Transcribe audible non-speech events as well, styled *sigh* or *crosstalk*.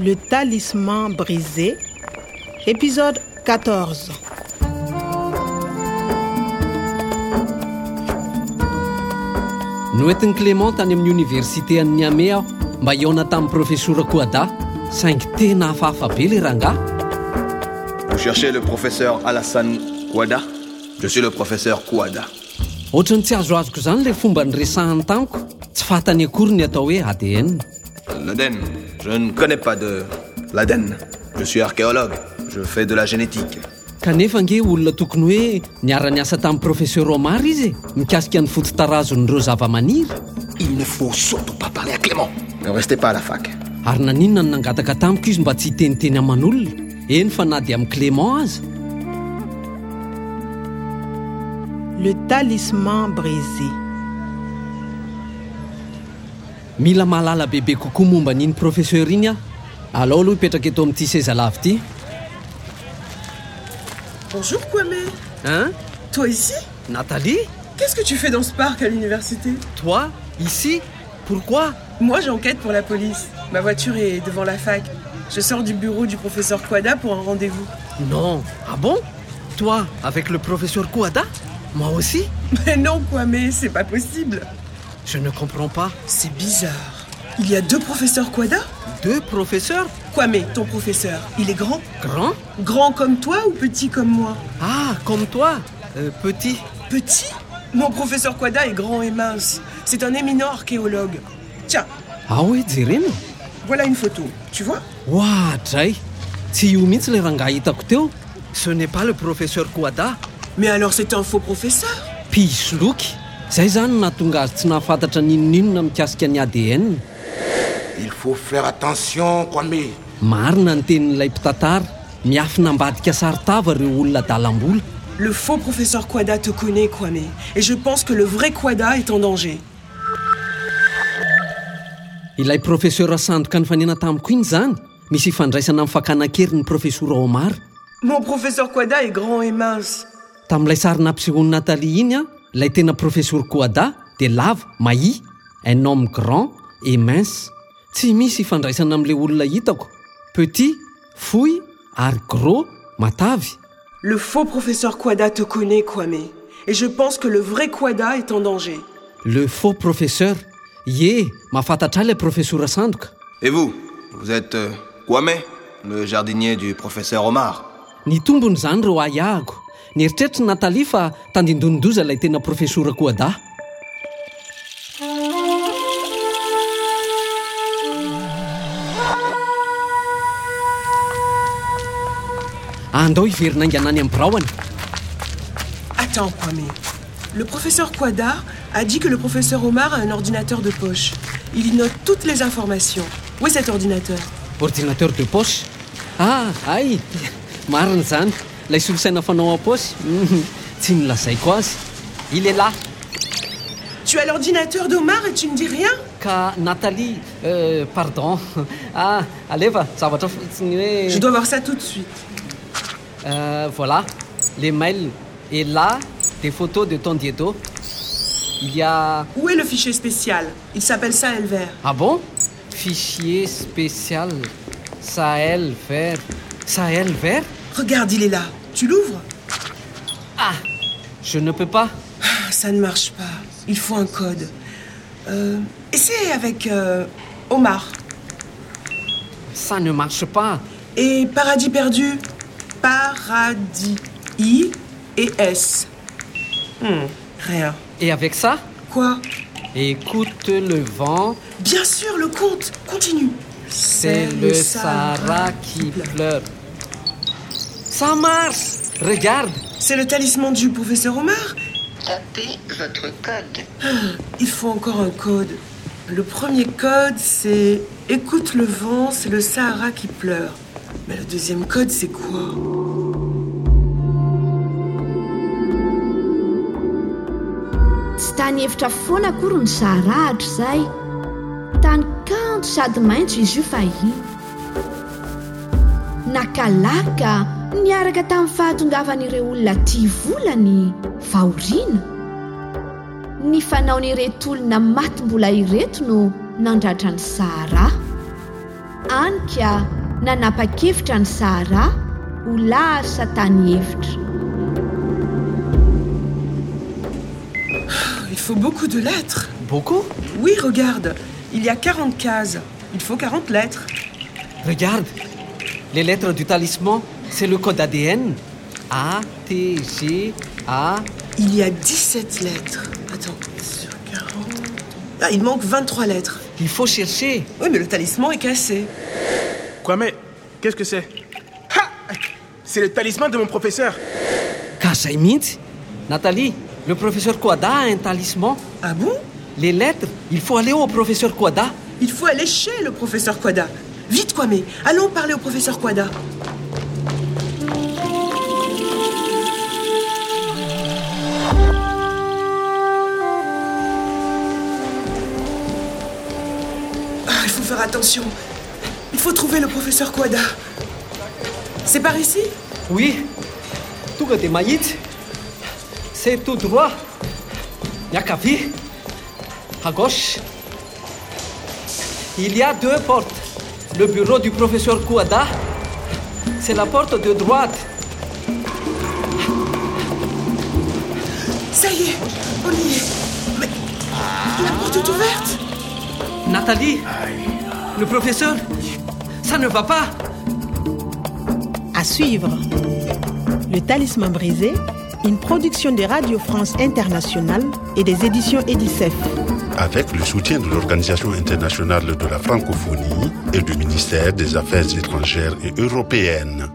Le talisman brisé, épisode 14. no entin'i clément tany amin'ny oniversité an'ny ame aho mba hiona tamin'ny professeur koada saingy tena hafahafa be le rangahy Vous cherchez le professeur Alassane Kouada Je suis le professeur Kouada. ohatrany tsy azoazoko izany ilay fomba nyresahany tamiko tsy fantany akory ny atao hoe adn L'Aden. Je ne connais pas de l'Aden. Je suis archéologue. Je fais de la génétique. kanefa nge olona tokony hoe niara-niasa tamin'ny professeur omar izy e, mikasika ny fototarazon'ireo zava-maniry Il ne faut surtout pas parler à Clément. Ne restez pas à la fac. ary naninona ny nangataka tamiko izy mba tsy hiteniteny aman'olona eny fa na dia amin'ny clément aza Le talisman brisé. mila mahalala bebe kokoa momba an'iny professeur iny aho alao aloha hipetraka eto amin'ity sezalava ity Bonjour Kwame, hein toi ici nathalie Qu'est-ce que tu fais dans ce parc à l'université toi ici pourquoi Moi j'enquête pour la police. Ma voiture est devant la fac. Je sors du bureau du professeur Kwada pour un rendez-vous. *laughs* non ah bon toi avec le professeur kouada moi aussi Mais non Kwame, c'est pas possible. je ne comprends pas C'est bizarre. Il y a deux professeurs Kwada deux professeurs Kwame, ton professeur, il est grand grands Grand comme toi ou petit comme moi ah comme toi euh, petit Petit Mon professeur Kwada est grand et mince. C'est un éminent archéologue. Tiens, ah hoe jerena voilà une photo. Tu vois oa dray tsy io mihitsy le rangaha hitako teo ce n'est pas le professeur kouada Mais alors c'est un faux professeur piso loky zay zany no nahatonga azy tsy nahafantatra n'inon'inona mikasika ny adn Il faut faire attention, Kwame. marina ny tenin'ilay mpitantara miafina ambadika saritava ireo olona dalam-bola Le faux professeur Quada te connaît, Kwame, et je pense que le vrai Quada est en danger. ilay professeur sandoka ny fanena tamiko iny zany misy ifandraisana amin'ny fakana-kery ny professora omara Mon professeur Quada est grand et mince. tamin'ilay sary nampisehoany natalia iny a ilay tena professeur koada de lava mahi un homme grand et mince tsy misy ifandraisana amin'ilay olona hitako petit fohy ary gros matavy Le faux professeur Quada te connaît, Kwame, et je pense que le vrai Quada est en danger. le faux professeur ye mahafantatra ahy ilay professora sandoka Et vous Vous êtes euh, Kwame, le jardinier du professeur Omar. ny tombony izany ireo aiahako ny eritreritry ny natalia fa tandindondoza ilay tena profesora koada andao hiverina aingana any amin'ny braoany Attends, Kwame. Le professeur Quada a dit que le professeur Omar a un ordinateur de poche. Il y note toutes les informations. Où est cet ordinateur ordinateur de poche ah ay marina izany ilay solosaina fanao am-paosy *laughs* Mhm. tsy nilazaiko azy il est là Tu as l'ordinateur d'Omar et tu ne dis rien ka natalie euh, pardon *laughs* ah aleva zavatra fotsiny hoe Je dois voir ça tout de suite. Euh, voilà, les mails. Et là, des photos de ton diédo. Il y a... Où est le fichier spécial Il s'appelle ça Elver. Ah bon Fichier spécial. Sahel vert. Sahel vert Regarde, il est là. Tu l'ouvres Ah Je ne peux pas. Ah, Ça ne marche pas. Il faut un code. Euh, essaie avec euh, Omar. Ça ne marche pas. Et Paradis perdu. Paradis. I et S. Hmm, rien. Et avec ça Quoi Écoute le vent, Bien sûr, le compte. Continue. c'est le Sahara qui pleure. Ça marche Regarde C'est le talisman du professeur Omar. Tapez votre code. Il faut encore un code. Le premier code, c'est Écoute le vent, c'est le Sahara qui pleure. Mais le deuxième code, c'est quoi tsy tany hevitra foana akory ny sarahatra izay tany kanto sady maintso izy io fahiny nakalaka niaraka tamin'ny fahatongavan'ireo olona tia volany vahoriana ny fanaon'ireto olona maty mbola ireto no nandratra ny sahara any ka nanapa-kevitra ny sahara ho lasa tany hevitra Il faut beaucoup de lettres. Beaucoup Oui, regarde, il y a 40 cases. Il faut 40 lettres. Regarde, les lettres du talisman, c'est le code ADN. A, T, G, A. Il y a 17 lettres. Attends, sur 40. Ah, il manque 23 lettres. Il faut chercher. Oui, mais le talisman est cassé. Quoi mais Qu'est-ce que c'est Ha C'est le talisman de mon professeur. Kasaimint Nathalie, le professeur Kwada a un talisman. Ah bon Les lettres, il faut aller au professeur Kwada. Il faut aller chez le professeur Quada. Vite, Kwame, allons parler au professeur Quada. Ah, il faut faire attention. Il faut trouver le professeur Quada. C'est par ici Oui, tout côté Maït, c'est tout droit. Yakafi, à gauche. Il y a deux portes. Le bureau du professeur Kouada, c'est la porte de droite. Ça y est, on y est. Mais la porte est ouverte. Nathalie, le professeur, ça ne va pas. À suivre. Le talisman brisé, une production de Radio France Internationale et des éditions Edicef. avec le soutien de l'Organisation internationale de la francophonie et du ministère des Affaires étrangères et européennes.